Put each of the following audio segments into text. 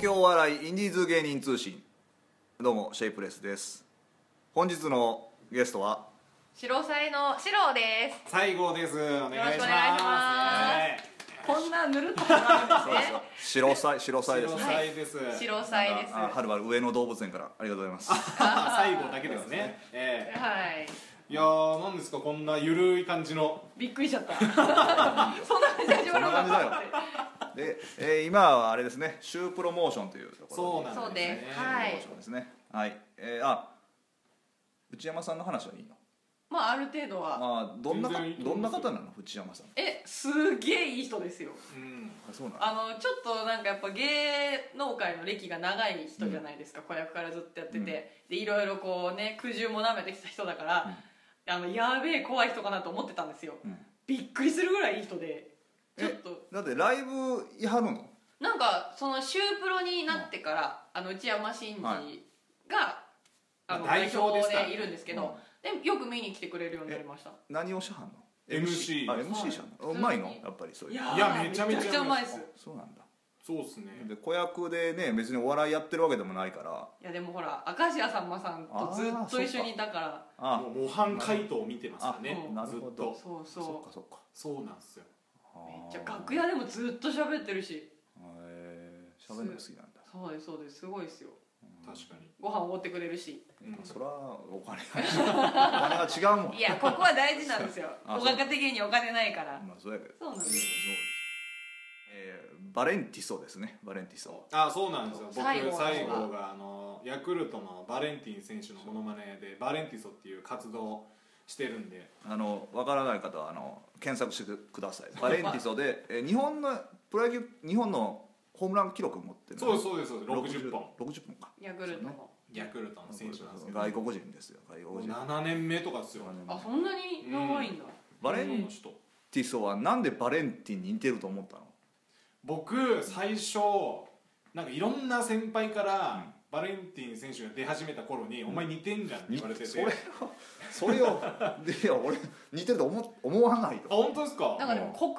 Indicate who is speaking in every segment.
Speaker 1: 京お笑いインディーズ芸人通信どうもシェイプレスです本日のゲストは
Speaker 2: 白祭の白です
Speaker 3: 西郷です。お願いします。
Speaker 2: よろしくお願いします
Speaker 3: はい
Speaker 2: こんなぬるっとなるんですね
Speaker 1: 白菜白菜ですね
Speaker 3: 白
Speaker 2: 菜
Speaker 3: 菜です。
Speaker 2: 白祭です
Speaker 1: あ
Speaker 2: は
Speaker 1: はるばる上野動物園からありがとうございます
Speaker 3: 西郷だけですね。え
Speaker 2: い
Speaker 3: えいやーなんですかこんなゆるい感じの。
Speaker 2: びっくりしちゃった そんな感じ始まるのかなって
Speaker 1: で、えー今はあれですねシュープロモーションというところで
Speaker 3: そうなんです
Speaker 2: そうで
Speaker 3: ね。
Speaker 2: す
Speaker 1: シュープロ
Speaker 2: はい
Speaker 1: モーションですねはい、えーあ内山さんの話はいいの
Speaker 2: まあある程度は
Speaker 1: あーどんなか
Speaker 3: 全然いいと
Speaker 1: ど
Speaker 3: 思
Speaker 1: ん
Speaker 3: い
Speaker 1: な
Speaker 3: ます
Speaker 1: 方
Speaker 3: よ
Speaker 1: なの内山さん
Speaker 2: えすげえいい人ですよ
Speaker 3: うん。
Speaker 1: あそうなの
Speaker 2: あのちょっとなんかやっぱ芸能界の歴が長い人じゃないですか、子役からずっとやってて、
Speaker 1: うん
Speaker 2: でいろいろこうね苦渋も舐めてきた人だから、あのやべえ怖い人かなと思ってたんですよ、
Speaker 1: うん
Speaker 2: びっくりするぐらいいい人でちょっ
Speaker 1: え
Speaker 2: と
Speaker 1: だってライブやはるの
Speaker 2: なんかそのシュープロになってから、あの内山真二が、
Speaker 1: はい
Speaker 2: あの代
Speaker 3: 代表
Speaker 2: 表
Speaker 3: ですから
Speaker 2: でいるんですけど、でよく見に来てくれるようになりました
Speaker 1: 何をしはんの
Speaker 3: MC
Speaker 1: あ MC しはんの
Speaker 2: はい
Speaker 1: あうまいの
Speaker 2: 普通に
Speaker 1: やっぱりそういう
Speaker 3: いやめちゃめ
Speaker 2: めち
Speaker 3: ちゃ
Speaker 2: ゃくちゃうまいです
Speaker 1: そうなんだ
Speaker 3: そうですね。
Speaker 1: で子役でね別にお笑いやってるわけでもないから
Speaker 2: いやでもほら明石家さんまさんとずっと一緒にいたから
Speaker 1: あ
Speaker 3: もう模範解答を見てますからね
Speaker 2: あうん。
Speaker 1: なる
Speaker 3: ずっ
Speaker 1: ほど
Speaker 3: と。
Speaker 2: そうそう
Speaker 1: そっかそっか
Speaker 3: そうなんですよ。
Speaker 2: めっちゃ楽屋でもずっと喋ってるし
Speaker 1: へえ喋るの好きなんだ
Speaker 2: そうですそうですすごいですよ
Speaker 3: 確かに。
Speaker 2: ご飯おごってくれるし
Speaker 3: うん
Speaker 1: そらお金がお金 が違うもん
Speaker 2: いやここは大事なんですよ
Speaker 1: あ
Speaker 2: お
Speaker 1: そう
Speaker 2: 若手芸人お金ないから
Speaker 1: まあそうやけど
Speaker 2: そうなんで
Speaker 1: そう
Speaker 2: す
Speaker 1: です
Speaker 2: よ
Speaker 1: えーバレンティソですねバレンティソ
Speaker 3: あそうなんですよ僕
Speaker 2: 西
Speaker 3: 西
Speaker 2: 郷
Speaker 3: 郷
Speaker 2: が
Speaker 3: があのヤクルトのバレンティン選手のモノマネでバレンティソっていう活動をしてるんで
Speaker 1: あのわからない方はあの検索してくださいバレンティソで、えー日本のプロ野球日本のホームラン記録持ってる
Speaker 3: そうですそうですそうです60本
Speaker 1: 60本か
Speaker 2: ヤクルトの
Speaker 3: ヤクルトの選手なんですけど
Speaker 1: 外国人ですよ外
Speaker 3: もう
Speaker 1: 国人
Speaker 3: 7年目とかですよ
Speaker 2: あそんなに長いんだ
Speaker 1: バレ
Speaker 3: 日本
Speaker 1: ン
Speaker 3: の人
Speaker 1: ティソはなんでバレンティンに似てると思ったの
Speaker 3: 僕最初なんかいろんな先輩からバレンティン選手が出始めた頃に「お前似てんじゃん」って言われて
Speaker 1: そ
Speaker 3: て
Speaker 1: れを
Speaker 3: あ
Speaker 1: それをでいや俺似てると思思わないと
Speaker 3: 本当です
Speaker 2: なん
Speaker 3: か
Speaker 2: かでも黒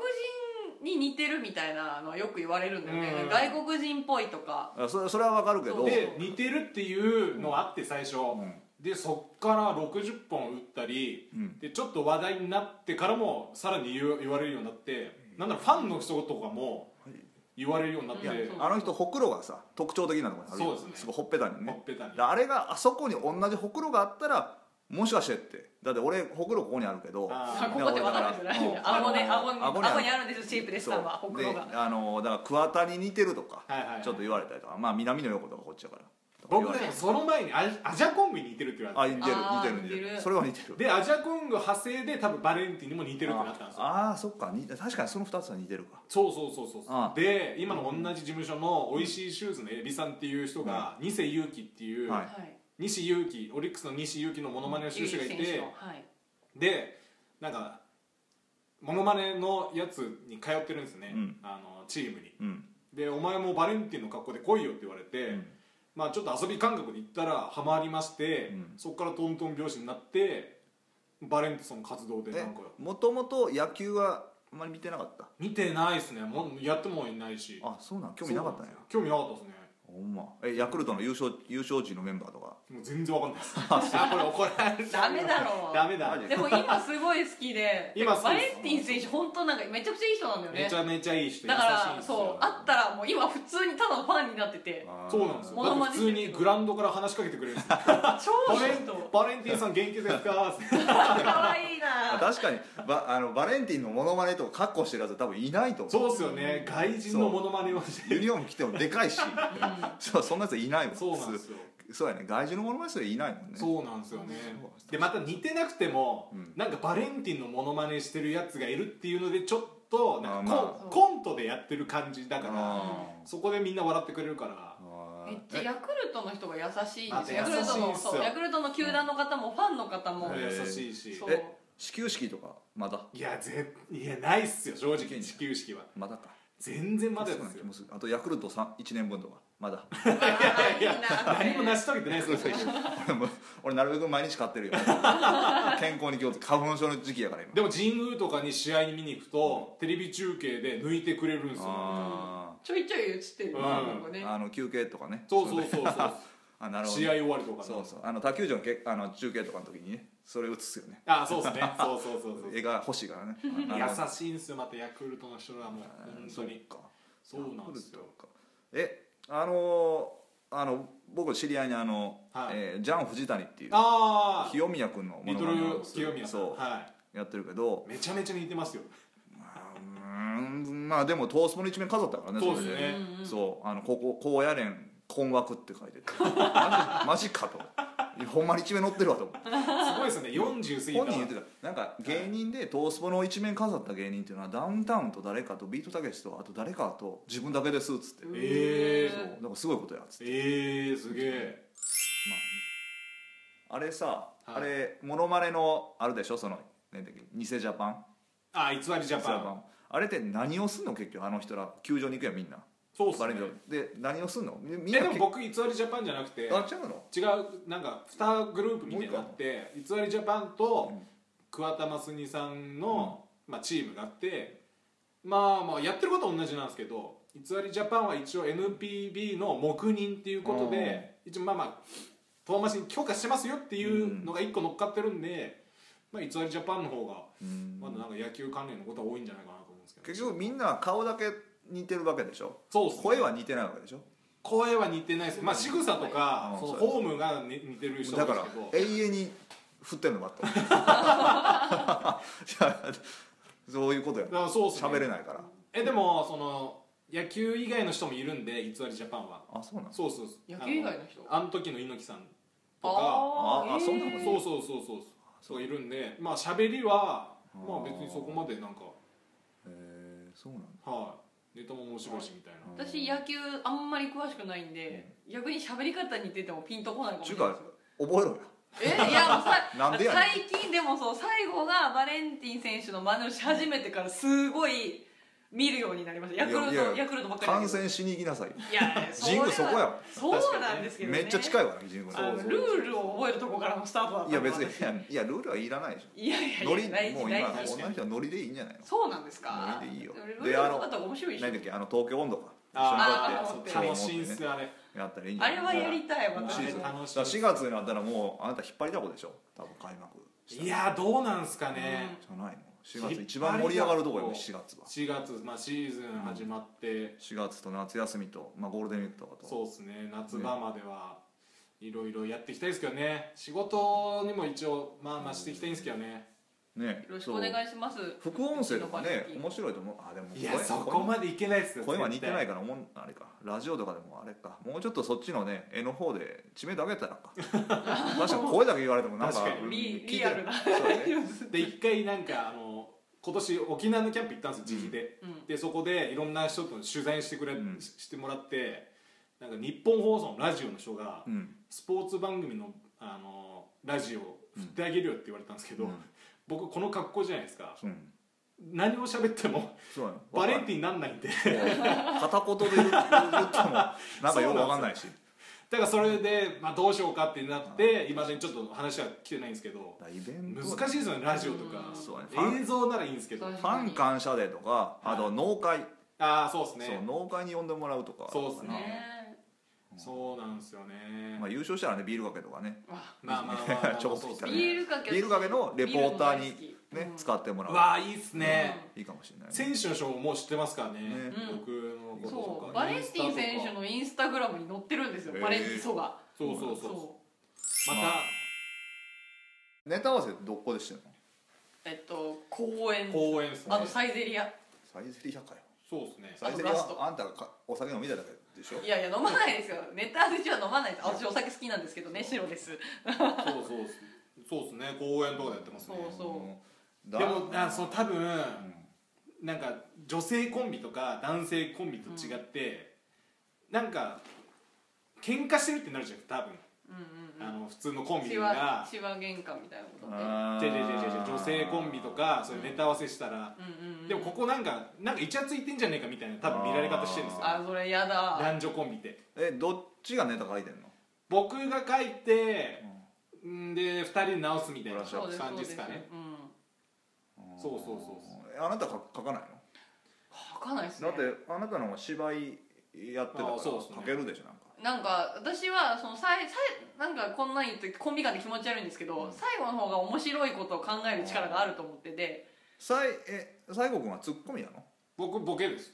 Speaker 2: 人に似てるみたいなのはよく言われるんだよね
Speaker 3: うん
Speaker 2: 外国人っぽいとか
Speaker 1: あそれそれはわかるけど
Speaker 2: そう
Speaker 3: で似てるっていうのあって最初
Speaker 1: ん
Speaker 3: でそっから60本打ったり
Speaker 1: うん
Speaker 3: でちょっと話題になってからもさらに言う言われるようになってなんだろうファンの人とかも言われるようになって
Speaker 1: いや
Speaker 2: うんそう
Speaker 1: あの人ほくろがさ特徴的なところにあるよ
Speaker 3: そうですね
Speaker 1: ごいほっぺたにね
Speaker 3: ほっぺたに
Speaker 1: であれがあそこに同じほくろがあったらもしかしてってだって俺ほくろここにあるけど
Speaker 3: あ
Speaker 2: あここって分かるんですよね
Speaker 1: だから
Speaker 2: 顎ね顎に
Speaker 1: 顎にある
Speaker 2: 顎にあるんですよシェイプレスさんは
Speaker 1: そ
Speaker 2: ほ
Speaker 1: う
Speaker 2: くろが
Speaker 1: であのだから桑田に似てるとか、
Speaker 3: はいはいはい
Speaker 1: ちょっと言われたりとかまあ南野陽子とかこっちだから言
Speaker 3: 僕
Speaker 1: われ
Speaker 3: ね
Speaker 1: た
Speaker 3: その前にアジアジャコングに似てるって言われ
Speaker 1: あ
Speaker 3: て
Speaker 1: 似てる
Speaker 2: あー
Speaker 1: 似てる似
Speaker 2: 似
Speaker 1: て
Speaker 2: て
Speaker 1: る
Speaker 2: る
Speaker 1: それは似てる
Speaker 3: でアジャコング派生で多分バレンティンにも似てるってなったんですよ
Speaker 1: ああーそっか似て確かにその2つは似てるか
Speaker 3: そうそうそうそう
Speaker 1: ああ
Speaker 3: で今の同じ事務所のおいしいシューズのエビさんっていう人が、二世祐希っていう、
Speaker 1: はい
Speaker 2: はい
Speaker 3: 西祐希オリックスの西祐希のモノマネの収集がい
Speaker 2: 選手
Speaker 3: て
Speaker 2: の、はい
Speaker 3: でなんかモノマネのやつに通ってるんですね、
Speaker 1: うん
Speaker 3: あのチームに
Speaker 1: うん
Speaker 3: でお前もバレンティンの格好で来いよって言われて、
Speaker 1: うん
Speaker 3: まあちょっと遊び感覚で行ったらハマりまして、
Speaker 1: うん
Speaker 3: そこからトントン拍子になってバレンティンその活動でな
Speaker 1: え
Speaker 3: んか
Speaker 1: もともと野球はあんまり見てなかった
Speaker 3: 見てないですねもうやってもいないし
Speaker 1: あそうなん興味なかったんや
Speaker 3: そうなんですよ興味なかったですね
Speaker 1: ほんまえヤクルトの優勝優勝時のメンバーとか
Speaker 3: もう全然わかんないですあ これ怒られる
Speaker 2: ダメだろう
Speaker 3: ダメだ
Speaker 1: マジ
Speaker 2: でも今すごい好きで
Speaker 3: 今好き
Speaker 2: バ
Speaker 3: です
Speaker 2: レンティン選手本当なんかめちゃくちゃいい人なんだよ
Speaker 3: め
Speaker 2: ね
Speaker 3: ちゃめちゃいい人
Speaker 2: だか
Speaker 3: 優しいん
Speaker 2: ら
Speaker 3: ですよ
Speaker 2: そう会ったらもう今普通にただのファンになってて
Speaker 3: そうなんですよ
Speaker 2: モノ
Speaker 3: だっ
Speaker 2: マ
Speaker 3: て
Speaker 2: ネ
Speaker 3: 普通にグラウンドから話しかけてくれるんで すよ
Speaker 2: 超
Speaker 3: バ
Speaker 2: いい
Speaker 3: レ
Speaker 2: 人
Speaker 3: ンバレンティンさん元気ですかって
Speaker 2: 可愛い
Speaker 1: あ
Speaker 2: な
Speaker 1: 確かにバあのバレンティンのモノマネとか格好してるやつ多分いないと思う
Speaker 3: そうっすよね外人のモノマネをして
Speaker 1: ユニフォーム着てもでかいし、 そうそんなやついないもん
Speaker 3: そうなんですよ
Speaker 1: 普通そうやね外人のものまねすらいないもんね
Speaker 3: そうなんですよね
Speaker 1: そう
Speaker 3: でまた似てなくても、
Speaker 1: ん
Speaker 3: なんかバレンティンのモノマネしてるやつがいるっていうのでちょっとなんかコン,、
Speaker 1: あ
Speaker 2: まあ
Speaker 3: コントでやってる感じだから
Speaker 1: あー
Speaker 3: そこでみんな笑ってくれるから
Speaker 1: あー
Speaker 2: めっちゃヤクルトの人が優しいんですよヤ
Speaker 3: あ
Speaker 2: クルト
Speaker 3: 優しいん
Speaker 2: の
Speaker 3: です
Speaker 2: そ
Speaker 3: よ
Speaker 2: うヤクルトの球団の方もファンの方も
Speaker 1: へー
Speaker 3: 優しいし
Speaker 2: そう
Speaker 1: え始球式とかまだ
Speaker 3: いやぜいやないっすよ
Speaker 1: い
Speaker 3: 正直
Speaker 1: や
Speaker 3: 地球式は
Speaker 1: まだか
Speaker 3: 全然まだ
Speaker 1: そう
Speaker 3: で
Speaker 1: な
Speaker 3: すよ
Speaker 1: 気もするあとヤクルトさん1年分とかまだ
Speaker 2: あーいいな
Speaker 3: 何も成し遂げてないっすよ
Speaker 1: 俺も俺なるべく毎日買って るよ健康に気をつけ花粉症の時期やから今
Speaker 3: でも神宮とかに試合に見に行くと、テレビ中継で抜いてくれるんですよ
Speaker 1: あ
Speaker 2: ちょいちょい映ってるよね、
Speaker 3: うん
Speaker 2: なんかね
Speaker 1: あの休憩とかね
Speaker 3: そうそう そうそう
Speaker 1: あなるほど
Speaker 3: 試合終わりとか
Speaker 1: そうそうあの他球場のけあの中継とかの時にねそれ映すよね
Speaker 3: あそうですねそうそうそうそう
Speaker 1: 絵が欲しいからね あの
Speaker 3: 優しいんすよまたヤクルトの人はもう
Speaker 1: あ
Speaker 3: 本
Speaker 1: そ
Speaker 3: 当
Speaker 1: う
Speaker 3: に
Speaker 1: か
Speaker 3: そうなんですよ
Speaker 1: ヤクルトかえあのーあの僕知り合いにあの、
Speaker 3: はい
Speaker 1: えージャン藤谷っていう
Speaker 3: ああ
Speaker 1: 清宮君の
Speaker 3: リ
Speaker 1: モ
Speaker 3: ト
Speaker 1: ノマネ
Speaker 3: ル
Speaker 1: をする
Speaker 3: 清宮さん
Speaker 1: そう、
Speaker 3: は
Speaker 1: やってるけど
Speaker 3: いめちゃめちゃ似てますよ
Speaker 1: まあうーんまあでもトースポの一面飾ったからね
Speaker 3: そうです
Speaker 1: れ
Speaker 3: ね
Speaker 2: うんうん
Speaker 1: そうあのここ高野連困惑って 書いててマジマジかとほんまに一面載ってるわと思って
Speaker 3: すごいですね40過ぎた
Speaker 1: 本人言ってたなんか芸人でトースポの一面飾った芸人っていうのはダウンタウンと誰かとビートたけしとあと誰かと自分だけですっつって、
Speaker 2: うん
Speaker 3: えー
Speaker 1: そうなんかすごいことやっつって、
Speaker 3: ええー、すげえ
Speaker 1: まあ、あれさ、
Speaker 3: はい
Speaker 1: あれモノマネのあるでしょその何だっけ偽ジャパン
Speaker 3: あ偽りジャ
Speaker 1: 偽ジャ
Speaker 3: パ
Speaker 1: パ
Speaker 3: ン
Speaker 1: ンあれって何をすんの結局あの人ら球場に行くやんみんな
Speaker 3: そうっす
Speaker 1: バレ
Speaker 3: ね
Speaker 1: ンタインで何をすんのみみん
Speaker 3: え
Speaker 1: な
Speaker 3: でも
Speaker 1: 結
Speaker 3: 僕偽りジャパンじゃなくて
Speaker 1: あ違うの
Speaker 3: 違うなんか2グループみたいになって偽りジャパンと
Speaker 1: うん
Speaker 3: 桑田真澄さんの、まあ、チームがあってまあまあやってることは同じなんですけど偽りジャパンは一応 NPB の黙認っていうことで一応まあまあ遠回しに強化してますよっていうのが1個乗っかってるんで、まあ、偽りジャパンの方が
Speaker 1: うん
Speaker 3: まだなんか野球関連のことは多いんじゃないかなと思うんですけど
Speaker 1: 結局みんな顔だけ似てるわけでしょ
Speaker 3: そうっすね
Speaker 1: 声は似てないわけでしょ
Speaker 3: 声は似てないですまあ仕草とか
Speaker 1: うん
Speaker 3: その
Speaker 1: そう
Speaker 3: ホームがね似てる人な
Speaker 1: だ
Speaker 3: んで
Speaker 1: か
Speaker 3: す
Speaker 1: ら
Speaker 3: けど
Speaker 1: 永遠に振ってんのバッ トじゃあそういうことや
Speaker 3: だからそうっすね
Speaker 1: 喋れないから
Speaker 3: えでもその野球以外の人もいるんで偽りジャパンは
Speaker 1: あそうなの
Speaker 3: そうそうそう
Speaker 2: 野球以外の人
Speaker 3: あのあの時の猪木さんとか
Speaker 2: あー
Speaker 1: あーそうな
Speaker 2: え
Speaker 1: の
Speaker 2: ー
Speaker 3: そうそうそうそうそういるんでまあ喋りは
Speaker 1: あー
Speaker 3: まあ別にそこまでなんか
Speaker 1: へえそうなの
Speaker 3: はいネタも面白いしみたいな
Speaker 2: 私野球あんまり詳しくないんで、逆に喋り方に出てもピンとこないかもしれないです
Speaker 1: 覚えろよ
Speaker 2: えいやもうさ
Speaker 1: なんでやねん
Speaker 2: 最近でもそう最後がバレンティン選手の真似をし始めてからすごい見るようになりましたヤクル
Speaker 1: いやい
Speaker 2: ト
Speaker 1: や
Speaker 2: ヤクルトばっかりだけ
Speaker 1: 観
Speaker 2: ど
Speaker 1: 戦しに行きなさい
Speaker 2: いやそれ
Speaker 1: 神
Speaker 2: は
Speaker 1: 宮そこやもん
Speaker 2: そうなんですけどね
Speaker 1: めっちゃ近いわ神宮
Speaker 2: あ
Speaker 1: ま
Speaker 2: の
Speaker 1: で
Speaker 3: そうそう
Speaker 2: ルールを覚えるとこからもスタートだった
Speaker 1: いや別に
Speaker 2: 私
Speaker 1: いやルールはいらないでしょ
Speaker 2: いやいやいや
Speaker 1: ノリ
Speaker 2: 大事
Speaker 1: もう
Speaker 2: 大
Speaker 1: 今
Speaker 2: 事
Speaker 3: 大事
Speaker 1: 女の人はノリでいいんじゃないの
Speaker 2: そうなんですか
Speaker 1: ノリでいいよ
Speaker 2: ルールだったら面白いし
Speaker 1: 何だっけあの東京温度か
Speaker 2: あー
Speaker 1: 一緒に乗っ
Speaker 2: あー
Speaker 3: 楽
Speaker 1: て
Speaker 3: しいん
Speaker 1: ね
Speaker 3: すよあれ
Speaker 1: やったらいいんじゃ
Speaker 2: あ
Speaker 1: ない
Speaker 2: れはやりたい
Speaker 1: 今
Speaker 2: 私
Speaker 1: シーズン
Speaker 3: あれ楽しい
Speaker 1: だ4月になったらもうあなた引っ張りだこでしょ多分開幕したら
Speaker 3: いやーどうなんすかね
Speaker 2: うん
Speaker 1: じゃないの4月一番盛り上がるとこやもん4月は
Speaker 3: 4月まあシーズン始まって
Speaker 1: 4月と夏休みと、まあ、ゴールデンウィークとかと
Speaker 3: そうですね夏場まではいろいろやっていきたいですけどね仕事にも一応まあまあしていきたいんですけどね
Speaker 1: ね
Speaker 2: よろしくお願いします
Speaker 1: そう副音声とか ね面白いと思うあでも
Speaker 3: いやそこまでいけないっすよ
Speaker 1: 声は似てない
Speaker 3: か
Speaker 1: からおもんあれかラジオとかでもあれかもうちょっとそっちのね絵の方で知名度上げたらか 確かに声だけ言われてもなんか
Speaker 3: 確かに
Speaker 1: 聞い
Speaker 2: リ
Speaker 1: て
Speaker 2: リアルな
Speaker 1: そうね
Speaker 3: で一回なんかあの今年沖縄のキャンプ行ったんですよ自費で、
Speaker 2: うん
Speaker 3: でそこでいろんな人と取材してくれ、
Speaker 1: うん
Speaker 3: ししてもらってなんか日本放送のラジオの人が
Speaker 1: うん
Speaker 3: スポーツ番組のあのラジオを振ってあげるよって言われたんですけど、
Speaker 1: うん
Speaker 3: 僕この格好じゃないですか
Speaker 1: うん
Speaker 3: 何を喋っても
Speaker 1: そうなの
Speaker 3: バレンティンなんないんで
Speaker 1: 片言で言う言ってもなんかよくわかんないし
Speaker 3: だからそれで、まあ、どうしようかってなって今までにちょっと話は来てないんですけど
Speaker 1: だからイベントは
Speaker 3: 難しいですよねラジオとか
Speaker 2: うん
Speaker 1: そうねファン
Speaker 3: 映像ならいいんですけど
Speaker 2: そう
Speaker 1: ファン感謝デーとかあと農会、
Speaker 3: ああそうです
Speaker 1: そう
Speaker 3: ね
Speaker 1: 農会に呼んでもらうとか
Speaker 3: そうっす
Speaker 1: かな
Speaker 3: ね
Speaker 2: ね
Speaker 3: そうなんですよね
Speaker 1: まあ、優勝したらねビールかけとかね
Speaker 2: わ
Speaker 3: まあまあまあまあ
Speaker 1: ちょこっ
Speaker 3: そ
Speaker 1: と
Speaker 3: う
Speaker 1: 行っ
Speaker 3: っす
Speaker 1: たら
Speaker 3: ね
Speaker 1: ね
Speaker 2: ビールかけ
Speaker 1: ビールかけのレポーターに
Speaker 2: ビールも大好き
Speaker 1: ね
Speaker 2: うん
Speaker 1: 使ってもら
Speaker 3: う
Speaker 1: う
Speaker 3: わあいいっすね
Speaker 2: うん
Speaker 1: いいかもしれないね
Speaker 3: 選手の賞もう知ってますからね
Speaker 1: ね
Speaker 2: うん
Speaker 3: 僕のこと
Speaker 2: そ
Speaker 3: と
Speaker 2: う
Speaker 3: か
Speaker 2: バレンティン選手
Speaker 3: イン
Speaker 2: のインスタグラムに載ってるんですよ
Speaker 1: へー
Speaker 2: バレンティンソが
Speaker 3: スタとかそうそうそう
Speaker 2: そ
Speaker 3: ま
Speaker 1: ま
Speaker 3: た
Speaker 1: ネタ合わせどこでしてんの
Speaker 2: うえっと公園
Speaker 3: 公演っすね
Speaker 2: あとサイゼリア
Speaker 1: サイゼリヤかよ
Speaker 3: そうですね
Speaker 1: サイゼリ
Speaker 2: あとラス
Speaker 1: ヤ
Speaker 2: ト
Speaker 1: あんたがかお酒飲みたいだけでしょ
Speaker 2: いやいや飲まないですよネタでちは飲まないです私お酒好きなんですけどね白です
Speaker 3: そうそうっすそうですね公演とかでやってますね
Speaker 2: そうそ
Speaker 1: うんだ
Speaker 3: でもあその多分
Speaker 1: うん
Speaker 3: なんか女性コンビとか男性コンビと違って、なんか喧嘩してるってなるじゃん多
Speaker 2: う
Speaker 3: 分、
Speaker 2: うんうん
Speaker 3: あ
Speaker 2: うん
Speaker 3: の普通のコンビ
Speaker 2: 千葉
Speaker 3: が
Speaker 2: 千葉喧嘩みたいなことね
Speaker 1: あ
Speaker 3: 違う違う違う違う女性コンビとかそういうネタ合わせしたら、
Speaker 2: うんうんうん
Speaker 3: でもここなんかなんかイチャついてんじゃねえかみたいな多分見られ方してるんですよ
Speaker 1: あ
Speaker 2: あそれやだ
Speaker 3: 男女コンビって
Speaker 1: えどっちがネタ書いてんの
Speaker 3: 僕が書いて、ん、で2人で直すみたいな
Speaker 1: そう
Speaker 2: そうです
Speaker 3: 感
Speaker 2: そう
Speaker 3: じ
Speaker 2: で
Speaker 3: ですすかね
Speaker 2: うん
Speaker 1: うん
Speaker 3: そうそうそうそう
Speaker 1: えあなたか書かないの
Speaker 2: 書かないです
Speaker 1: だ
Speaker 2: ね
Speaker 1: ってあなたの方が芝居やってたから
Speaker 3: あそうですね
Speaker 1: かけるでしょなんか
Speaker 2: なんか私はそのさいさいなんかこんなん言ってコンビ感で気持ち悪いんですけど、
Speaker 1: うん
Speaker 2: 最後の方が面白いことを考える力があると思ってて
Speaker 1: さいえ西郷君はツッコミなの
Speaker 3: 僕ボケです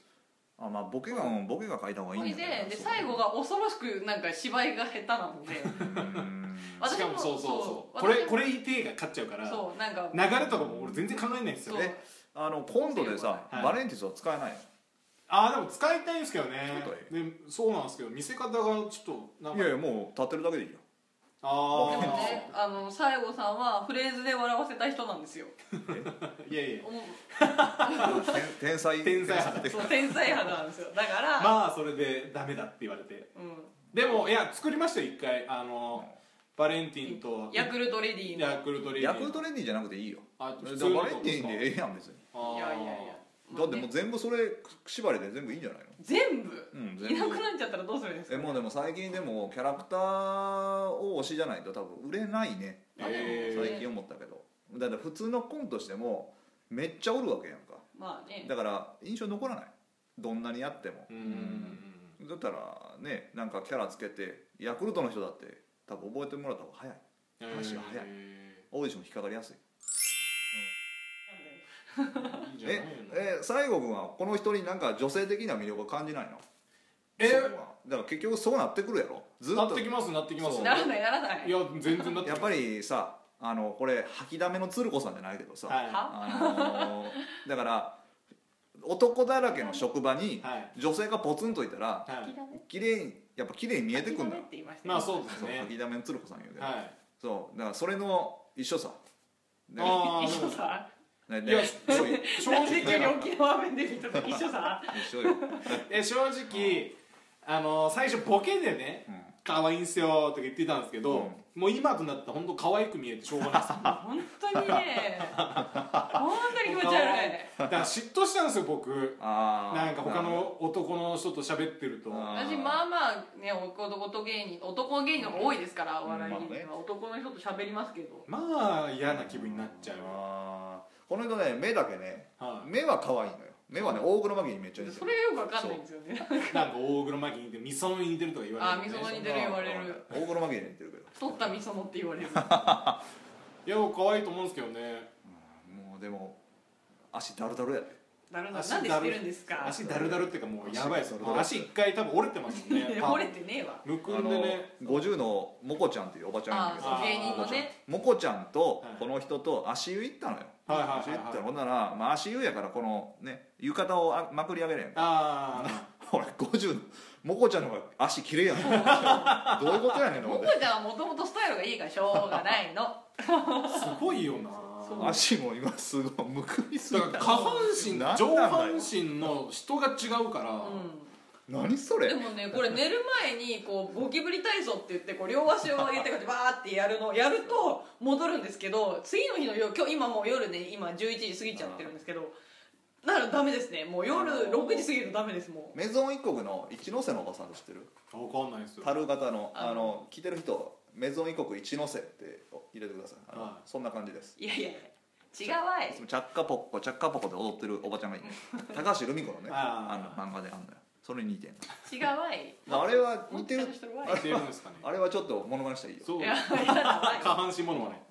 Speaker 1: あまあボケが、うんボケが書いた方がいいん
Speaker 2: そ
Speaker 1: だ
Speaker 2: れ
Speaker 1: けど
Speaker 2: でで
Speaker 1: そう
Speaker 2: 最後が恐ろしくなんか芝居が下手なの で
Speaker 1: うーん
Speaker 2: 私
Speaker 3: しか
Speaker 2: も
Speaker 3: もそうそうそう
Speaker 2: そう
Speaker 3: これ
Speaker 2: 私も
Speaker 3: これ言ってが勝っちゃうから
Speaker 2: そうなんか
Speaker 3: 流れとかも俺全然考えないんですよ
Speaker 2: そう
Speaker 1: えあの今度でさ、
Speaker 3: はい
Speaker 1: バレンティスは使えない
Speaker 3: ああでも使いたいんですけどね
Speaker 1: 使
Speaker 3: でそうなんですけど見せ方がちょっと
Speaker 1: の
Speaker 3: なんか
Speaker 1: いやいやもう立ってるだけでいいよ
Speaker 3: あ
Speaker 2: でも
Speaker 3: あ、
Speaker 2: ねあの西郷さんはフレーズで笑わせた人なんですよ
Speaker 3: いやいや
Speaker 2: おも
Speaker 1: 天天才
Speaker 3: 天才肌
Speaker 2: そう天才派なんですよだから、
Speaker 3: まあそれでダメだって言われて
Speaker 2: う
Speaker 3: でもいや作りましたよ一回あのバレンティンと
Speaker 2: ん、ヤクルトレディーの
Speaker 3: ヤクルトレディ
Speaker 1: ヤクルトレディじゃなくていいよ
Speaker 3: あ
Speaker 1: だ
Speaker 3: 普
Speaker 1: か
Speaker 3: 通
Speaker 1: ら
Speaker 3: の
Speaker 1: バレンティンでええやん別に
Speaker 3: あー
Speaker 2: いやいやいや、
Speaker 1: だっても
Speaker 2: まあね
Speaker 1: う全部それ縛りで全部いいんじゃないの
Speaker 2: 全部
Speaker 1: うん
Speaker 2: い
Speaker 1: 全
Speaker 2: な
Speaker 1: 部
Speaker 2: くなっちゃったらどうするんですか
Speaker 1: えもうでも最近でもキャラクターを推しじゃないと多分売れないね
Speaker 2: まあでも
Speaker 3: えー
Speaker 1: 最近思ったけどだって普通のコントしてもめっちゃおるわけやんか
Speaker 2: まあね
Speaker 1: だから印象残らないどんなにやっても
Speaker 3: うんうん
Speaker 1: だったらねなんかキャラつけてヤクルトの人だって多分覚えてもらった方が早い
Speaker 3: うんうん
Speaker 1: 話が早い
Speaker 3: え
Speaker 1: オーディション引っかかりやすい
Speaker 3: ーいいんじゃない
Speaker 1: え
Speaker 3: の
Speaker 1: え西郷君はこの人になんか女性的な魅力を感じないの
Speaker 3: え
Speaker 1: そこはだから結局そうなってくるやろずっ
Speaker 3: な
Speaker 1: と
Speaker 3: ってきますなってきます
Speaker 1: そう
Speaker 2: ならないならないい
Speaker 3: や全然なってきます
Speaker 1: やっぱりさあのこれ吐きだめの鶴子さんじゃないけどさ、
Speaker 3: はい
Speaker 2: は
Speaker 1: あのーだから男だらけの職場に
Speaker 3: はい
Speaker 1: 女性がポツンといたら
Speaker 3: はい
Speaker 1: 綺麗にやっぱ綺麗に見えてくんだよ
Speaker 2: 諦めって言いました
Speaker 3: まあ
Speaker 2: う
Speaker 3: そうです
Speaker 1: そう
Speaker 3: ね
Speaker 1: 吐きだめの鶴子さん言うけど、
Speaker 3: は
Speaker 1: そうだからそれの一緒さで
Speaker 3: あー
Speaker 2: 一緒さ
Speaker 1: ね
Speaker 3: い
Speaker 1: ね
Speaker 3: いや
Speaker 1: 一
Speaker 3: 正
Speaker 1: 緒よ
Speaker 2: なんで
Speaker 3: 直
Speaker 2: 急に沖縄弁出てきたの一緒さ
Speaker 1: 一緒よ、
Speaker 3: え正直あの最初ボケでね
Speaker 1: うん
Speaker 3: 可愛いんすよとか言ってたんですけど、もう今となったら本当可愛く見えてしょうがないです
Speaker 2: 本当にね本当に気持ち悪い
Speaker 3: だから嫉妬したんですよ僕
Speaker 1: あー
Speaker 3: なんか他の男の人と喋ってると
Speaker 1: あ
Speaker 2: 私まあまあね男芸人男芸人の方が多いですからお笑い芸人は男の人と喋りますけど
Speaker 3: まあ嫌な気分になっちゃう
Speaker 1: あーこの人ね目だけね
Speaker 3: はい
Speaker 1: 目は可愛いのよ目はね大黒摩季にめっちゃ似て
Speaker 2: そ
Speaker 1: る
Speaker 2: れよくわかんないんですよね
Speaker 3: なんか大黒摩季に似てるみそのに似てるとか言われる
Speaker 2: あみその
Speaker 3: ね
Speaker 2: に似てる言われる
Speaker 1: 大黒摩季に似てるけど
Speaker 2: 太ったみそのって言われる
Speaker 3: いや僕可愛いと思うんですけどね
Speaker 1: もうでも足ダルダルやで
Speaker 2: なるな
Speaker 3: 足
Speaker 2: なんで知ってるんですか
Speaker 3: 足だるだるっていうかもうやばいです
Speaker 1: 足だるだる
Speaker 3: 足一回多分折れてますもんね多分
Speaker 2: 折れてねえわ
Speaker 3: むく
Speaker 1: あ
Speaker 3: ん
Speaker 1: の
Speaker 3: でね
Speaker 1: 50のモコちゃんっていうおばちゃんいるんだけど
Speaker 2: あ
Speaker 3: ー
Speaker 2: 芸人のね
Speaker 1: モコちゃんと
Speaker 3: はい
Speaker 1: この人と足湯行ったのよ
Speaker 3: はいはいはいはい
Speaker 1: 足湯行ったのほんなら、まあ、足湯やからこのね浴衣をあまくり上げれん
Speaker 3: あ あ
Speaker 1: ほら50のモコちゃんの方が足綺麗やんど ういうことやねんと思
Speaker 2: も
Speaker 1: っ
Speaker 2: こ
Speaker 1: て
Speaker 2: ちゃんはもともとスタイルがいいからしょうがないの
Speaker 3: すごいよな
Speaker 2: そう
Speaker 1: 足も今すごいむくみす
Speaker 3: だ
Speaker 1: ぎ
Speaker 3: から
Speaker 1: た
Speaker 3: 下半身
Speaker 1: なんなんだよ
Speaker 3: 上半身の人が違うから、
Speaker 2: う
Speaker 1: 何そ
Speaker 2: ん、
Speaker 1: れ
Speaker 2: でもねこれ寝る前にこうゴキブリ体操って言ってこう両足を上げてこうやってバーってやるのやると戻るんですけど次の日の夜今日今もう夜ね今11時過ぎちゃってるんですけどだからダメですねもう夜
Speaker 1: あのー
Speaker 2: 6時過ぎるとダメですもう
Speaker 1: メゾン一国の一ノ瀬のおばさんって知ってる
Speaker 3: わかんないですよ
Speaker 1: 樽型の
Speaker 2: あの
Speaker 1: あの着てる人メゾン一国一ノ瀬って入れてくださいあの
Speaker 3: はい
Speaker 1: そんな感じです
Speaker 2: いやいや違うわい
Speaker 1: そのチャッカポッコチャッカポコで踊ってるおばちゃ んがいいんだよ高橋留美子のね
Speaker 3: あ
Speaker 1: あ
Speaker 3: ー
Speaker 1: の漫画であんだよそれに似てんの
Speaker 2: 違うわい
Speaker 1: あれは
Speaker 2: も
Speaker 1: 似
Speaker 2: ってと
Speaker 1: る
Speaker 2: してるわい
Speaker 3: 似てるんですかね
Speaker 1: あれはちょっと物まねしたらいいよ
Speaker 3: そう
Speaker 2: い
Speaker 3: 下
Speaker 2: やいやだわい
Speaker 3: 半身ものはね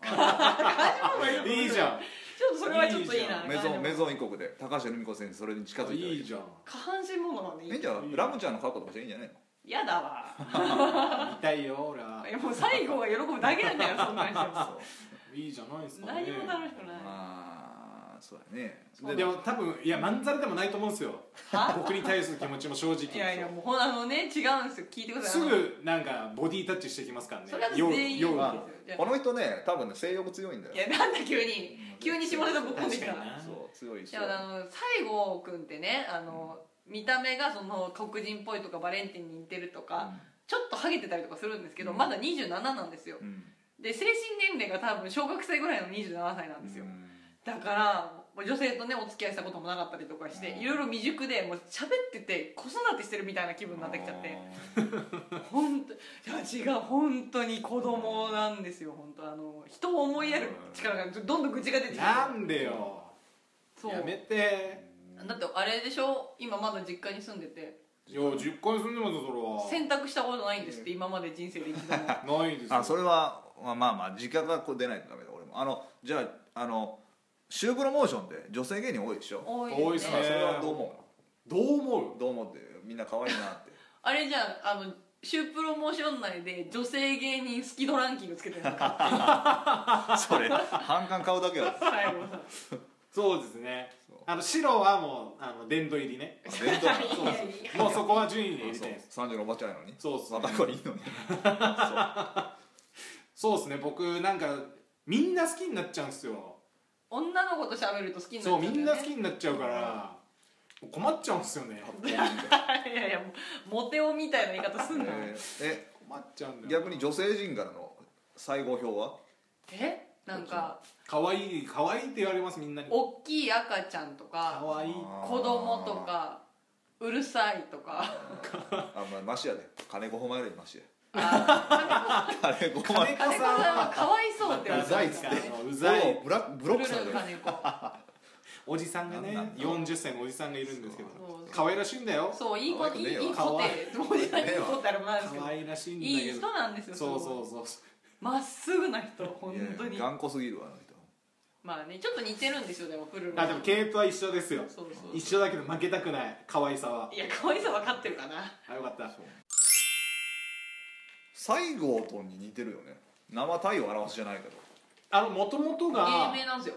Speaker 3: いいじゃん
Speaker 2: ちょっとそれはちょっといいな
Speaker 1: メゾンメゾン一国で高橋留美子先生それに近づいて
Speaker 3: いい
Speaker 1: ゃ
Speaker 3: じゃん
Speaker 2: 下半身ものなんでい
Speaker 1: いいん
Speaker 2: い
Speaker 1: じゃないラムちゃんの格好とかしていいんじゃない
Speaker 2: やだわ
Speaker 3: 見たいよ俺はい
Speaker 2: やもう最後は喜ぶだけなんだよそんな人
Speaker 1: の
Speaker 2: は
Speaker 3: いいじゃないですかね
Speaker 2: 何も楽しくない
Speaker 1: まあそうやね
Speaker 3: ででも多分いやまんざらでもないと思うんですよ僕に対する気持ちも正直
Speaker 2: いやいやもうほんあのね違うんですよ聞いてくださ
Speaker 3: す
Speaker 2: い
Speaker 3: ぐなんかボディタッチしてきますからね
Speaker 2: それは
Speaker 3: よう
Speaker 2: 全員
Speaker 3: よう
Speaker 2: ま
Speaker 1: ま
Speaker 2: あ
Speaker 1: あこの人ね多分ね性欲強いんだよ
Speaker 2: いやなんだ急に急に下ネタぶっ込んでき
Speaker 3: 確
Speaker 2: た
Speaker 3: か
Speaker 2: い
Speaker 3: にな
Speaker 1: そう強いし
Speaker 2: やあの西郷君ってねあの見た目がその黒人っぽいとかバレンティンに似てるとか、ちょっとハゲてたりとかするんですけど、
Speaker 1: うん
Speaker 2: まだ27なんですよ
Speaker 1: うん
Speaker 2: で精神年齢が多分小学生ぐらいの27歳なんですよ、
Speaker 1: うん
Speaker 2: だからもう女性とねお付き合いしたこともなかったりとかして
Speaker 1: うん
Speaker 2: いろいろ未熟でもう喋ってて子育てしてるみたいな気分になってきちゃって本当いや違う本当に子供なんですよ本当あの人を思いやる力がどんどん愚痴が出てきて
Speaker 3: なんでよ
Speaker 2: そう
Speaker 3: やめて
Speaker 2: だってあれでしょ今まだ実家に住んでて
Speaker 3: いや10回住んでますよそれ
Speaker 2: 洗濯したことないんですって今まで人生で一度も
Speaker 3: はないですよ
Speaker 1: あそれはまあまあまあ時間がこう出ないとダメだ俺もあのじゃああのシュープロモーションで女性芸人多いでしょ
Speaker 2: 多いです
Speaker 1: あ
Speaker 2: ね
Speaker 1: それはどう思
Speaker 3: どう思
Speaker 1: うどう思ってみんな可愛いなって
Speaker 2: あれじゃああのシュープロモーション内で女性芸人好き度ランキングつけてるの か
Speaker 1: それ反感買うだけだ
Speaker 2: 最後さ
Speaker 3: うそうですねあの白はもうあの殿堂入りね
Speaker 1: 弁当なの
Speaker 3: そうですもうそこは順位に入
Speaker 1: あ
Speaker 3: れ
Speaker 1: そ
Speaker 3: て
Speaker 1: う
Speaker 3: るんです
Speaker 1: 30のおばちゃんやのに
Speaker 3: そうっす
Speaker 1: ま
Speaker 3: ね
Speaker 1: たこれいいのに
Speaker 3: そうですね僕なんかみんな好きになっちゃうんですよ
Speaker 2: 女の子と喋ると好きになっちゃ
Speaker 3: そううみ
Speaker 2: だよね
Speaker 3: んな好きになっちゃうから困っちゃうんですよね
Speaker 1: そう
Speaker 2: いやいやもう モテ男みたいな言い方すんな、
Speaker 1: えーえ
Speaker 3: 困っちゃうんだよ
Speaker 1: 逆に女性陣からの最後票は
Speaker 2: えなんか
Speaker 3: 可愛い可愛いって言われますみんなに
Speaker 2: 大きい赤ちゃんとか
Speaker 3: 可愛い
Speaker 2: 子供とかうるさいと か
Speaker 1: あまあマシやで金5本前よりマシや
Speaker 2: あ
Speaker 1: 金5
Speaker 3: 金
Speaker 1: 本
Speaker 3: 子
Speaker 2: 金子さんは
Speaker 3: さ
Speaker 2: かわいそうって言われ
Speaker 3: ん
Speaker 2: てま
Speaker 3: いっ
Speaker 2: す
Speaker 3: す
Speaker 2: か
Speaker 3: から
Speaker 2: ね
Speaker 3: あのう
Speaker 1: 前
Speaker 3: ざい
Speaker 1: ブラブ
Speaker 2: ブ
Speaker 1: ロ
Speaker 2: ル
Speaker 1: ックされ
Speaker 2: ル
Speaker 1: て
Speaker 2: の
Speaker 1: る
Speaker 2: 金子
Speaker 3: おじさんがね
Speaker 1: なんなんだ
Speaker 3: 40歳のおじさんがいるんですけど
Speaker 2: そうそう
Speaker 3: 可愛らしいんだよ
Speaker 2: そういい子
Speaker 1: 可愛く
Speaker 2: いい
Speaker 1: ねえわ
Speaker 2: いい子って文字だけ取ったらもうなんですけ
Speaker 3: 可
Speaker 2: ど
Speaker 3: 愛らしいんだけど
Speaker 2: いい人なんですよす
Speaker 3: そ
Speaker 2: ご
Speaker 3: う
Speaker 2: い
Speaker 3: そうそう
Speaker 2: まっすぐな人本当
Speaker 1: い
Speaker 2: に
Speaker 1: や頑固すぎるわあの人
Speaker 2: まあねちょっと似てるんですよでもプルル
Speaker 3: あでも系統は一緒ですよ
Speaker 2: そうそう
Speaker 3: 一緒だけど負けたくない可愛さはい
Speaker 2: や可愛さ分かってるかな
Speaker 3: あよかった
Speaker 1: 西郷とに似てるよね生体を表すじゃないけど
Speaker 3: あのもともとが
Speaker 2: 芸名なんですよ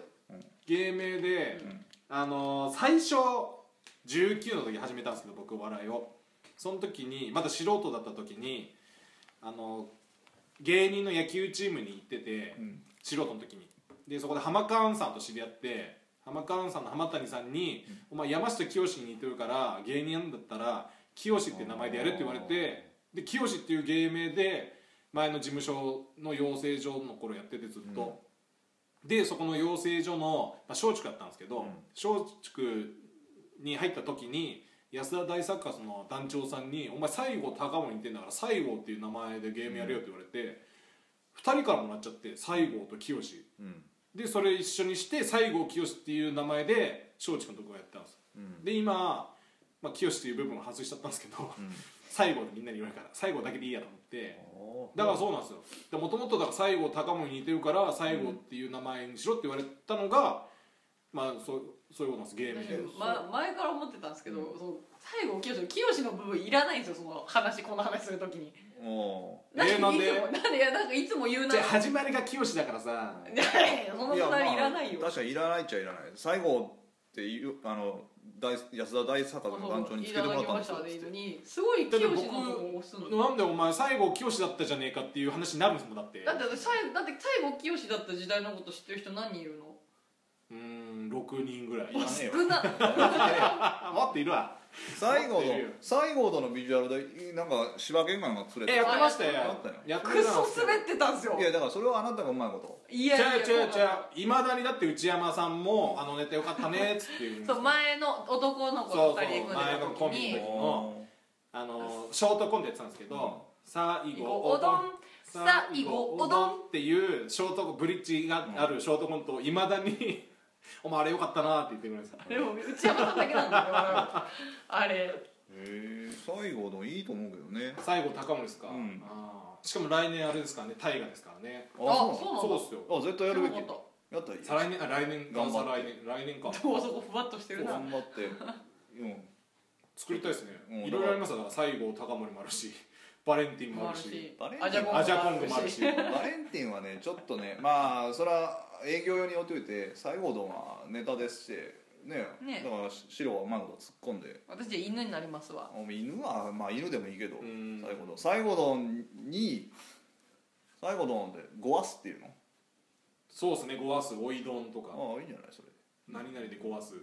Speaker 3: 芸名で、あのー最初19の時始めたんですけど僕お笑いをその時にまだ素人だった時にあのー芸人の野球チームに行ってて、
Speaker 1: うん
Speaker 3: 素人の時にでそこで浜川アンさんと知り合って浜川アンさんの浜谷さんに「お前山下清に似てるから芸人なんだったら清っていう名前でやれ」って言われてで清っていう芸名で前の事務所の養成所の頃やっててずっと、でそこの養成所のまあ松竹だったんですけど
Speaker 1: うん
Speaker 3: 松竹に入った時に安田大サッカーズの団長さんに「お前西郷隆盛に似てんだから西郷っていう名前でゲームやれよ」って言われて、二2人からもらっちゃって西郷と清
Speaker 1: うん
Speaker 3: でそれ一緒にして西郷清っていう名前で松竹のとこをやってたんです
Speaker 1: うん
Speaker 3: で今、まあ、清っていう部分を外しちゃったんですけど、 西郷でみんなに言われるから西郷だけでいいやと思ってだからそうなんですよでもともとだから西郷隆盛に似てるから西郷っていう名前にしろって言われたのが、まあそうそういうことなんですゲームで
Speaker 2: 私ま、前から思ってたんですけど、そう最後清志清の部分いらないんですよその話この話するときに
Speaker 1: おお
Speaker 3: えーなん
Speaker 2: い
Speaker 3: で
Speaker 2: つもなんでいやなんかいつも言うな
Speaker 3: じゃあ始まりが清だからさ
Speaker 2: いやいやその
Speaker 1: ー
Speaker 2: くだりいら
Speaker 1: まあ
Speaker 2: ないよ
Speaker 1: 確かにいらないっちゃいらない西郷っていうあの大安田大坂の団長につけてもらったんですよ
Speaker 2: いただきましたでいいのにすごい清志の部分を押すの
Speaker 3: なんでお前西郷清だったじゃねえかっていう話になるんですもんだって
Speaker 2: だって私最だって西郷清だった時代のこと知ってる人何人いるの
Speaker 3: うーん6人ぐらい
Speaker 1: いらねえよ
Speaker 2: 少な
Speaker 3: あ待っているわ
Speaker 1: 西郷
Speaker 3: 持って
Speaker 1: の
Speaker 3: るよ
Speaker 1: 西郷とのビジュアルでいなんか柴犬が連れ
Speaker 3: え
Speaker 1: て
Speaker 3: やってましたよ
Speaker 1: あったよ
Speaker 3: やってたん
Speaker 2: ク
Speaker 3: ですよ
Speaker 2: ソ滑ってたんですよ
Speaker 1: いやだからそれはあなたがうまいこと
Speaker 2: い
Speaker 3: ちゃ
Speaker 2: や
Speaker 3: う
Speaker 2: いや
Speaker 3: ちゃうちゃういまだにだって内山さんも「あのネタよかったね」っつっていうんです
Speaker 2: そ
Speaker 3: よ
Speaker 2: う前の男の子と二人で組んで
Speaker 3: そうそう前のコ
Speaker 2: た
Speaker 3: ン
Speaker 2: 時
Speaker 3: ビ
Speaker 2: に
Speaker 3: の時あのショートコントやってたんですけど「さいご
Speaker 2: おどんさいご
Speaker 3: 後
Speaker 2: おどん
Speaker 3: っていうショートコンブリッジがあるショートコントをいまだに「お前あれよかったな」って言ってくれるんです
Speaker 2: でも
Speaker 3: よ
Speaker 2: 内山さんだけなんだよあれ
Speaker 1: へえ西郷のいいと思うけどね
Speaker 3: 最後高森ですか、
Speaker 1: うん
Speaker 3: あーしかも来年あれですからね大河ですからね
Speaker 2: あそう
Speaker 1: う
Speaker 2: なん
Speaker 3: そう
Speaker 2: だ
Speaker 3: っすよ
Speaker 1: なのあ絶対やるべき
Speaker 2: 知ら
Speaker 1: や
Speaker 2: な
Speaker 1: っ
Speaker 2: かっ
Speaker 1: たらいい
Speaker 3: 再来年あ来年か
Speaker 1: 頑張
Speaker 3: 再
Speaker 1: って
Speaker 3: 来年来年 か
Speaker 2: たどうそこふわっとしてるな
Speaker 1: 頑張ってうん
Speaker 3: 作りたいですね、
Speaker 1: うん
Speaker 3: いろいろありますよだから西郷隆盛もあるしバレンティンも
Speaker 2: も
Speaker 3: あ
Speaker 2: あ
Speaker 3: る
Speaker 2: る
Speaker 3: し
Speaker 2: し
Speaker 1: バレン
Speaker 2: アジャコン
Speaker 3: アジャコングも
Speaker 2: も
Speaker 3: あ
Speaker 2: あ
Speaker 3: る
Speaker 2: る
Speaker 3: し
Speaker 2: し
Speaker 1: バレンティンはねちょっとねまあそれは営業用に置いといて西郷丼はネタですしね
Speaker 2: ね
Speaker 1: だから白はうまいこと突っ込んで
Speaker 2: 私じゃあ犬になりますわ
Speaker 1: お犬はまあ犬でもいいけど
Speaker 3: ん
Speaker 1: 西郷丼西郷丼に西郷丼ってゴアスっていうの
Speaker 3: そうですねゴアスおいどんとか
Speaker 1: ああいいんじゃないそれ
Speaker 3: 何々でゴアス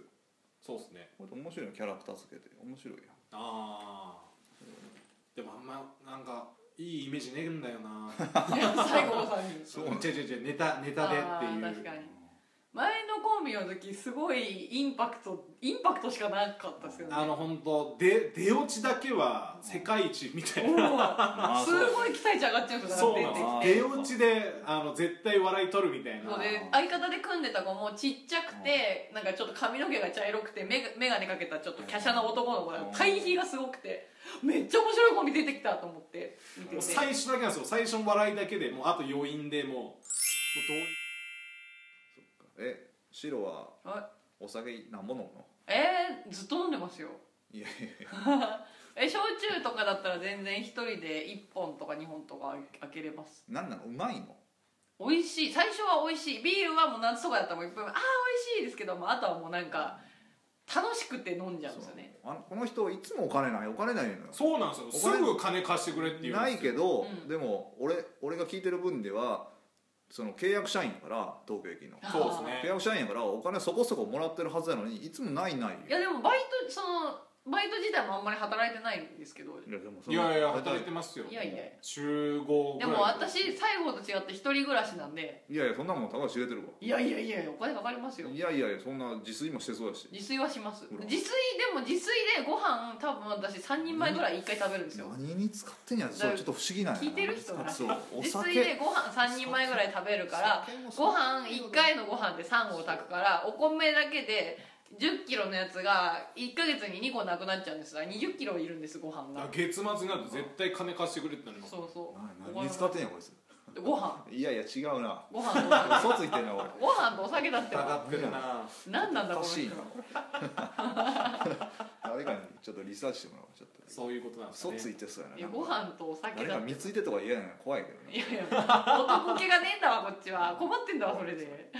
Speaker 3: そうですね
Speaker 1: これ面白いのキャラクター付けて面白いやん
Speaker 3: あーでもあんまなんかいいイメージねえんだよ な
Speaker 2: いや西郷さんに
Speaker 3: そう違う違う違うネタネタでっていう
Speaker 2: あー確かに前のコの宮崎すごいインパクトインパクトしかなかったですよね
Speaker 3: あの本当で出落ちだけは世界一みたいな、
Speaker 1: あ
Speaker 2: もうす
Speaker 1: そう
Speaker 2: ごい期待値上がっちゃうんですよ
Speaker 3: そう
Speaker 2: だ
Speaker 3: な
Speaker 2: か
Speaker 1: あ
Speaker 3: ん
Speaker 1: ー
Speaker 2: ら
Speaker 3: です
Speaker 2: 出てきて
Speaker 3: 出落ちであの絶対笑い取るみたいな
Speaker 2: そうで相方で組んでた子もちっちゃくてなんかちょっと髪の毛が茶色くて眼鏡かけたちょっと華奢な男の子だ
Speaker 1: うん
Speaker 2: 対比がすごくてめっちゃ面白い子に出てきたと思って見て
Speaker 3: もう
Speaker 2: て
Speaker 3: 最初だけなんですよ最初の笑いだけでもうあと余韻でもうもうどうに
Speaker 1: え白は
Speaker 2: あ
Speaker 1: お酒なんぼ飲むの
Speaker 2: えーずっと飲んでますよ
Speaker 1: いやいやいや
Speaker 2: え焼酎とかだったら全然一人で1本とか2本とか開けれます
Speaker 1: なんなのうまいの
Speaker 2: 美味しい最初は美味しいビールはもう夏とかだったらもういっぱいああ美味しいですけどもあとはもうなんか楽しくて飲んじゃうんですよね
Speaker 1: あのこの人いつもお金ないお金ないのよ
Speaker 3: そうなんですよ
Speaker 1: お金
Speaker 3: すぐ金貸してくれっていうんですよ
Speaker 1: ないけど、
Speaker 2: うん
Speaker 1: でも俺俺が聞いてる分ではその契約社員やから東京駅の
Speaker 3: そうですね
Speaker 1: 契約社員やからお金そこそこもらってるはずなのにいつもないないよ
Speaker 2: いやでもバイトそのバイト自体もあんまり働いてないんですけど
Speaker 1: いやでもそ
Speaker 3: い
Speaker 1: れ
Speaker 3: やいや働いてますよ
Speaker 2: いやいや
Speaker 3: 週5ぐ
Speaker 2: で
Speaker 3: らい
Speaker 2: も私最後と違って一人暮らしなんで
Speaker 1: いやいやそんなもん高橋知れてるわ
Speaker 2: いやいやいやお金かかりますよ
Speaker 1: いやいやいやそんな自炊もしてそうやし
Speaker 2: 自炊はします
Speaker 1: うん
Speaker 2: 自炊でも自炊でご飯多分私3人前ぐらい1回食べるんですよ
Speaker 1: 何に使ってんや
Speaker 2: だ
Speaker 1: そうちょっと不思議なんやな
Speaker 2: 聞いてる人は
Speaker 1: そうお
Speaker 2: 自炊で
Speaker 1: 酒
Speaker 2: ご飯3人前ぐらい食べるから
Speaker 1: 酒もそう
Speaker 2: ご飯1回のご飯で3合炊くからお米だけで1 0キロのやつが1ヶ月に2個なくなっちゃうんですが2 0キロいるんですご飯
Speaker 3: だ
Speaker 2: が
Speaker 3: から月末になると絶対金貸してくれってなります
Speaker 2: そうそう
Speaker 1: 何何に使ってんやこいつ
Speaker 2: ご飯
Speaker 1: いやいや違うな
Speaker 2: ご飯と
Speaker 1: 嘘ついてんな俺
Speaker 2: ご飯とお酒だって
Speaker 3: 疑ってるな
Speaker 2: 何なんだこ
Speaker 1: お
Speaker 2: の
Speaker 1: かしい
Speaker 2: 人
Speaker 1: な誰かにちょっとリサーチしてもらおうちょっと
Speaker 3: そういうことなんです
Speaker 1: 嘘
Speaker 3: ね
Speaker 1: ついてそうやない
Speaker 2: やご飯とお酒
Speaker 1: 誰
Speaker 2: だ
Speaker 1: か
Speaker 2: って
Speaker 1: 見ついてとか言えないの怖いけど
Speaker 2: い
Speaker 1: ね
Speaker 2: やいや男気がねえんだわこっちは困ってんだわそれで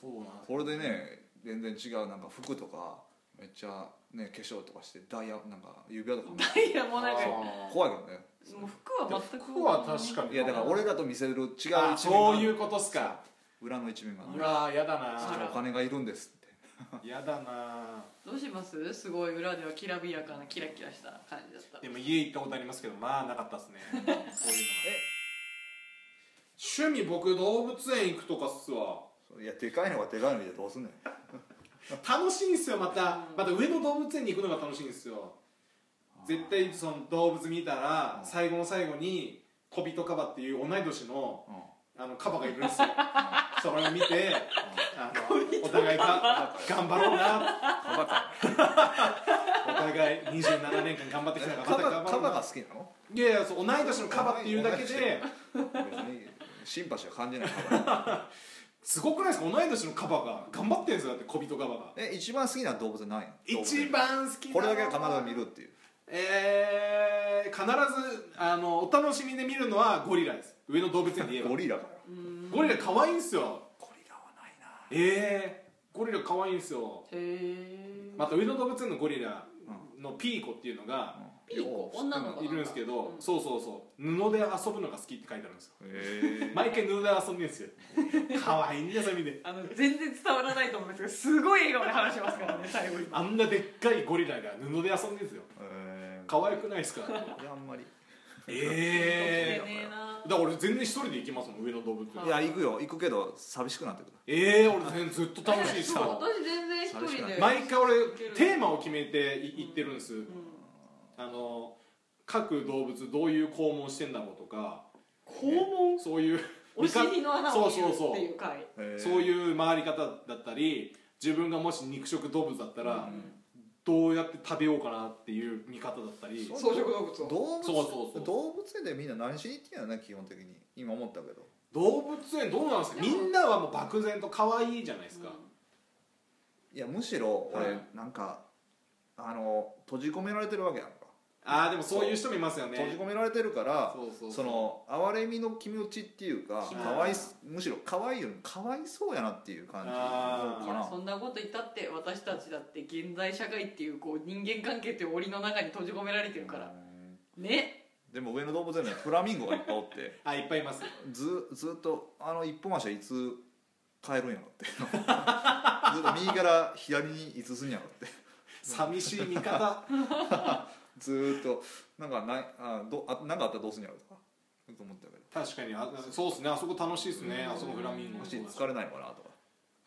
Speaker 3: そうなんです
Speaker 1: これでね全然違うなんか服とかめっちゃね化粧とかしてダイヤなんか指輪とかも
Speaker 2: いやもうなんかも
Speaker 3: あー
Speaker 1: 怖いけどね
Speaker 2: う服は全く
Speaker 3: 服は確かに
Speaker 1: いやだから俺らと見せる違う一面が
Speaker 3: あそういうことっすか
Speaker 1: 裏の一面が
Speaker 3: うわーやだ
Speaker 1: ちょっ
Speaker 2: あ
Speaker 1: と
Speaker 2: ら
Speaker 1: お金がいるんですって
Speaker 3: なやだな
Speaker 2: どうしますすごい裏ではきらびやかなキラキラした感じだった
Speaker 3: でも家行ったことありますけどまあなかったっ すねそういう
Speaker 1: え
Speaker 3: の趣味僕動物園行くとかっすわ
Speaker 1: いやでかいのがでかいの見てどうすんねん
Speaker 3: 楽しいんすよまたまた上野動物園に行くのが楽しいんですよ絶対その動物見たら
Speaker 1: うん
Speaker 3: 最後の最後に小人カバっていう同い年の
Speaker 1: うん
Speaker 3: あのカバがいるんですよそれを見てあのお互いが頑張ろうな
Speaker 1: カバか
Speaker 3: お互い27年間頑張ってきたから
Speaker 1: カ
Speaker 3: また
Speaker 1: バ
Speaker 3: 頑張
Speaker 1: カ
Speaker 3: ろう
Speaker 1: バが
Speaker 3: な
Speaker 1: 好きなの
Speaker 3: いやいやそう同い年のカバっていうだけで
Speaker 1: 別にシンパシーは感じないカバ
Speaker 3: すごくないですか同い年のカバが頑張ってるんですよだって小人カバが
Speaker 1: え一番好きな動物ない
Speaker 3: 一番好きな
Speaker 1: これだけは必ず見るっていう
Speaker 3: えー、必ずあのお楽しみで見るのはゴリラです上野動物園で言えば
Speaker 1: ゴリラかよ
Speaker 3: ゴリラ可愛いんすよ
Speaker 1: ゴリラはないな
Speaker 3: えー、ゴリラ可愛いんすよ
Speaker 2: へえ、
Speaker 3: また上野動物園のゴリラのピーコっていうのが
Speaker 2: ピーコ女の子
Speaker 3: いるんですけど、
Speaker 2: うん
Speaker 3: そうそうそう布で遊ぶのが好きって書いてあるんですよ
Speaker 1: へ
Speaker 3: 毎回布で遊んでるん ですよ可愛いんですよ見て
Speaker 2: あの全然伝わらないと思うんですけどすごい笑顔で話しますからね最後に
Speaker 3: あんなでっかいゴリラが布で遊んでるんですよ
Speaker 1: え
Speaker 3: 可愛くないですか
Speaker 1: いやあんまり
Speaker 2: ピンときて
Speaker 3: え
Speaker 2: ねえな
Speaker 3: ー、だから俺全然一人で行きますもん上野動物園
Speaker 1: いや行くよ行くけど寂しくなってくる
Speaker 3: ええ俺全然ずっと楽しいっす
Speaker 2: そう
Speaker 3: よ
Speaker 2: 私全然一人で
Speaker 3: 毎回俺テーマを決めてい行ってるんです、あの各動物どういう肛門してんだろうとか
Speaker 2: 肛門
Speaker 3: そういう
Speaker 2: お尻の穴を見る
Speaker 3: そう
Speaker 2: っ
Speaker 3: そう
Speaker 2: て
Speaker 3: そ
Speaker 2: いうう回
Speaker 3: そう
Speaker 1: う
Speaker 3: いう回り方だったり自分がもし肉食動物だったら、どうやって食べようかなっていう見方だったり
Speaker 1: そう
Speaker 2: 草食動物を
Speaker 1: 動物
Speaker 3: そうそうそう
Speaker 1: 動物園でみんな何しに行ってんやろね基本的に今思ったけど
Speaker 3: 動物園どうなんですか
Speaker 2: で
Speaker 3: み
Speaker 2: も
Speaker 3: んなはもう漠然と可愛いじゃないですか、
Speaker 1: いやむしろ俺、
Speaker 3: はい
Speaker 1: なんかあの閉じ込められてるわけやんか、
Speaker 3: ああでもそういう人もいますよね
Speaker 1: 閉じ込められてるから
Speaker 3: そうそうそう
Speaker 1: その哀れみの気持ちっていうか
Speaker 3: 気持ち
Speaker 1: かわいすむしろかわいいよりもかわいそうやなっていう感じ
Speaker 3: あー
Speaker 2: いや
Speaker 1: か
Speaker 2: そんなこと言ったって私たちだって現在社会っていうこう人間関係っていう檻の中に閉じ込められてる
Speaker 1: な
Speaker 2: からね
Speaker 1: でも上野動物園にはフラミンゴがいっぱいおって
Speaker 3: あいっぱいいます
Speaker 1: ずずっとあの一本足はいつ変えるんやろって ずっと右から左にいつすんやろって
Speaker 3: 寂しい見方
Speaker 1: ずーっとなんかないあどあなんかあったらどうすんやろとかずっと思ってたけど
Speaker 3: 確かにあそうですねあそこ楽しいですね、あそこフラミンゴ
Speaker 1: も
Speaker 3: の
Speaker 1: し
Speaker 3: とこ
Speaker 1: 疲れないのかなとか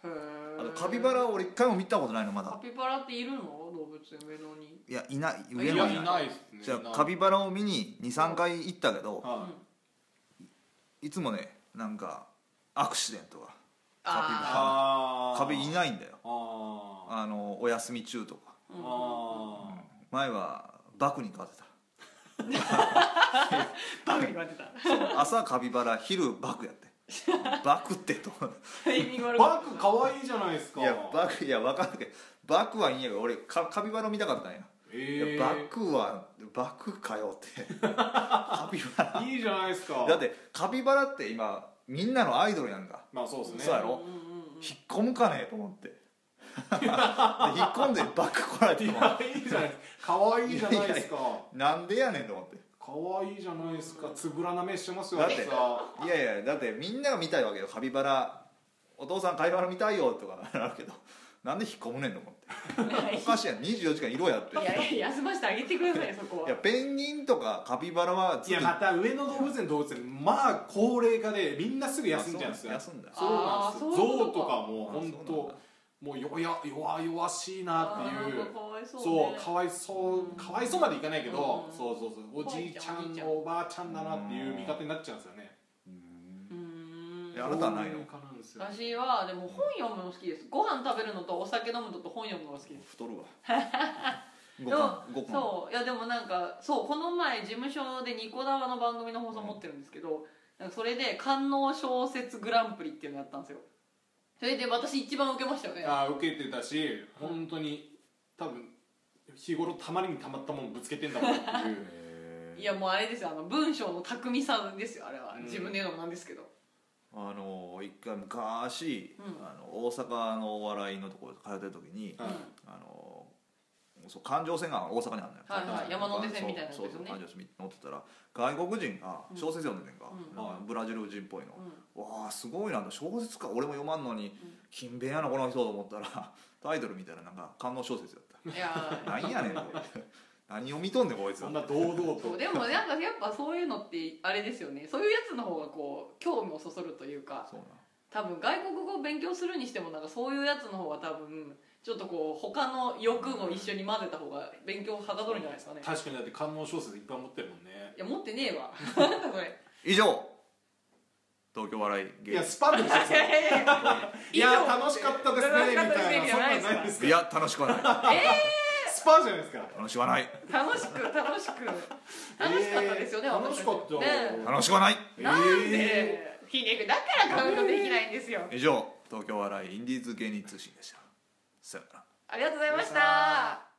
Speaker 1: あとカピバラを俺一回も見たことないのま
Speaker 2: カ
Speaker 1: だ
Speaker 2: ピバラっているの動物園上野に
Speaker 1: いやいない
Speaker 2: い
Speaker 1: 上
Speaker 3: い
Speaker 1: 野
Speaker 3: や
Speaker 1: はい
Speaker 3: い
Speaker 1: な
Speaker 3: ないいっすね
Speaker 1: じゃあカピバラを見に23回行ったけど
Speaker 3: は
Speaker 1: うんいつもねなんかアクシデントが
Speaker 3: い
Speaker 2: あ
Speaker 3: あー
Speaker 1: カビいないんだよ
Speaker 3: あー
Speaker 1: あのお休み中とか
Speaker 2: あ
Speaker 3: あー
Speaker 1: 前はバクに飼ってた
Speaker 2: バグに割ってた
Speaker 1: そう朝カピバラ昼バクやってバクってと思って
Speaker 2: タイミング悪
Speaker 3: バ
Speaker 2: か
Speaker 3: ッグ可愛いじゃないですか
Speaker 1: いやバクいや分かるけどバクはいいんやけど俺カカピバラ見たかったんや、
Speaker 3: え
Speaker 1: い
Speaker 3: え
Speaker 1: やバクはバクかよってカピバラ
Speaker 3: いいじゃないですか
Speaker 1: だってカピバラって今みんなのアイドルやんか
Speaker 3: まあそうですね
Speaker 1: そうやろ
Speaker 2: うんうんうん
Speaker 1: 引っ込むかねえと思ってで引っ込んでバク来られて
Speaker 3: い
Speaker 1: も
Speaker 3: やいいじゃない可愛いじゃないですか
Speaker 1: なんでやねんと思って
Speaker 3: 可愛いじゃないですかつぶらな目してますよ
Speaker 1: だって
Speaker 3: さ
Speaker 1: いやいやだってみんなが見たいわけよカピバラお父さんカピバラ見たいよとかなるけどなんで引っ込むねんと思っておかしいやん24時間色やって
Speaker 2: いやいや休ませてあげてくださいよそこはい
Speaker 1: やペンギンとかカピバラはず
Speaker 3: い
Speaker 1: っと
Speaker 3: やまた上野動物園動物園まあ高齢化でみんなすぐ休んじゃうんですよ
Speaker 1: 休んだ
Speaker 3: そうなん
Speaker 2: あ
Speaker 3: ですよ
Speaker 2: ーそういうこ
Speaker 3: 象
Speaker 2: と
Speaker 3: と
Speaker 2: か
Speaker 3: かも
Speaker 1: あそうなん
Speaker 3: 本
Speaker 1: だ
Speaker 3: 当もう弱や弱々しいなってい
Speaker 2: あ
Speaker 3: う
Speaker 2: ーかわいそう
Speaker 3: そ
Speaker 2: ね
Speaker 3: うかわいそうかわいそうまでいかないけど
Speaker 2: うん
Speaker 3: そうそうそうおじいちゃ
Speaker 2: おばあち
Speaker 3: ん
Speaker 2: ゃん
Speaker 3: おばあちゃんだなっていう見方になっちゃうんですよね
Speaker 1: うん
Speaker 2: うーん
Speaker 1: いやあなたはないの
Speaker 3: 高齢化なんですよ
Speaker 2: 私はでも本読むの好きですご飯食べるのとお酒飲むのと本読むのが好きです
Speaker 1: 太るわご飯ご
Speaker 2: でも
Speaker 1: 飯
Speaker 2: そういやでもなんかそうこの前事務所でニコ生の番組の放送持ってるんですけど、なんかそれで官能小説グランプリっていうのやったんですよそれで私一番受けましたよね
Speaker 3: あー受けてたし本当に多分日頃たまりにたまったもんぶつけてんだろうなって いう
Speaker 2: いやもうあれですよあの文章の巧みさですよあれは、
Speaker 3: うん
Speaker 2: 自分で言うのもなんですけど
Speaker 1: あの一回昔、
Speaker 2: うん
Speaker 1: あの大阪のお笑いのところ通ってる時に、
Speaker 3: はい
Speaker 1: あのそう環状線が大阪にあるのよ、
Speaker 2: はいはい
Speaker 1: そう
Speaker 2: 山手線みたいなやつですよ
Speaker 1: そ
Speaker 2: ね
Speaker 1: うそう環状線乗ってたら外国人が小説読んでてんか、
Speaker 2: うん
Speaker 1: なんかブラジル人っぽいの、
Speaker 2: う
Speaker 1: わあすごいな小説か俺も読まんのに勤勉やなこの人と思ったら タイトル見たらなんか官能小説やっ
Speaker 2: んいや
Speaker 1: た何やねんこれ 何を見とんねんこいつ
Speaker 3: そんな堂々と
Speaker 2: そうでもなんかやっぱそういうのってあれですよねそういうやつの方がこう興味をそそるというか
Speaker 1: そうな
Speaker 2: 多分外国語を勉強するにしてもなんかそういうやつの方が多分ちょっとこう他の欲も一緒に混ぜた方が勉強はかどるんじゃないですかね
Speaker 3: 確かにだって観音小説いっぱい持ってるもんね
Speaker 2: いや持ってねえわなんだそれ
Speaker 1: 以上東京笑い
Speaker 3: い
Speaker 1: 芸
Speaker 3: やスパンですよ それいや楽しかったですね
Speaker 2: 楽し
Speaker 3: み
Speaker 2: かったです
Speaker 3: た
Speaker 2: ね
Speaker 3: いな
Speaker 2: じゃ
Speaker 3: そん
Speaker 2: な
Speaker 3: ないんないで
Speaker 2: です
Speaker 1: いや楽しくはない
Speaker 2: かえ
Speaker 3: スパンじゃないですか
Speaker 1: 楽しくはない
Speaker 2: ー楽しく楽しく楽しかったですよね、
Speaker 3: えー
Speaker 2: 私ち
Speaker 3: 楽しかった
Speaker 2: ね
Speaker 1: 楽しくはない
Speaker 2: えなん
Speaker 3: え
Speaker 2: で、ひねくだからカウントできないんですよ、
Speaker 1: 以上東京笑いインディーズ芸人通信でしたさよなら
Speaker 2: ありがとうございまし
Speaker 3: ありがとうございました
Speaker 2: た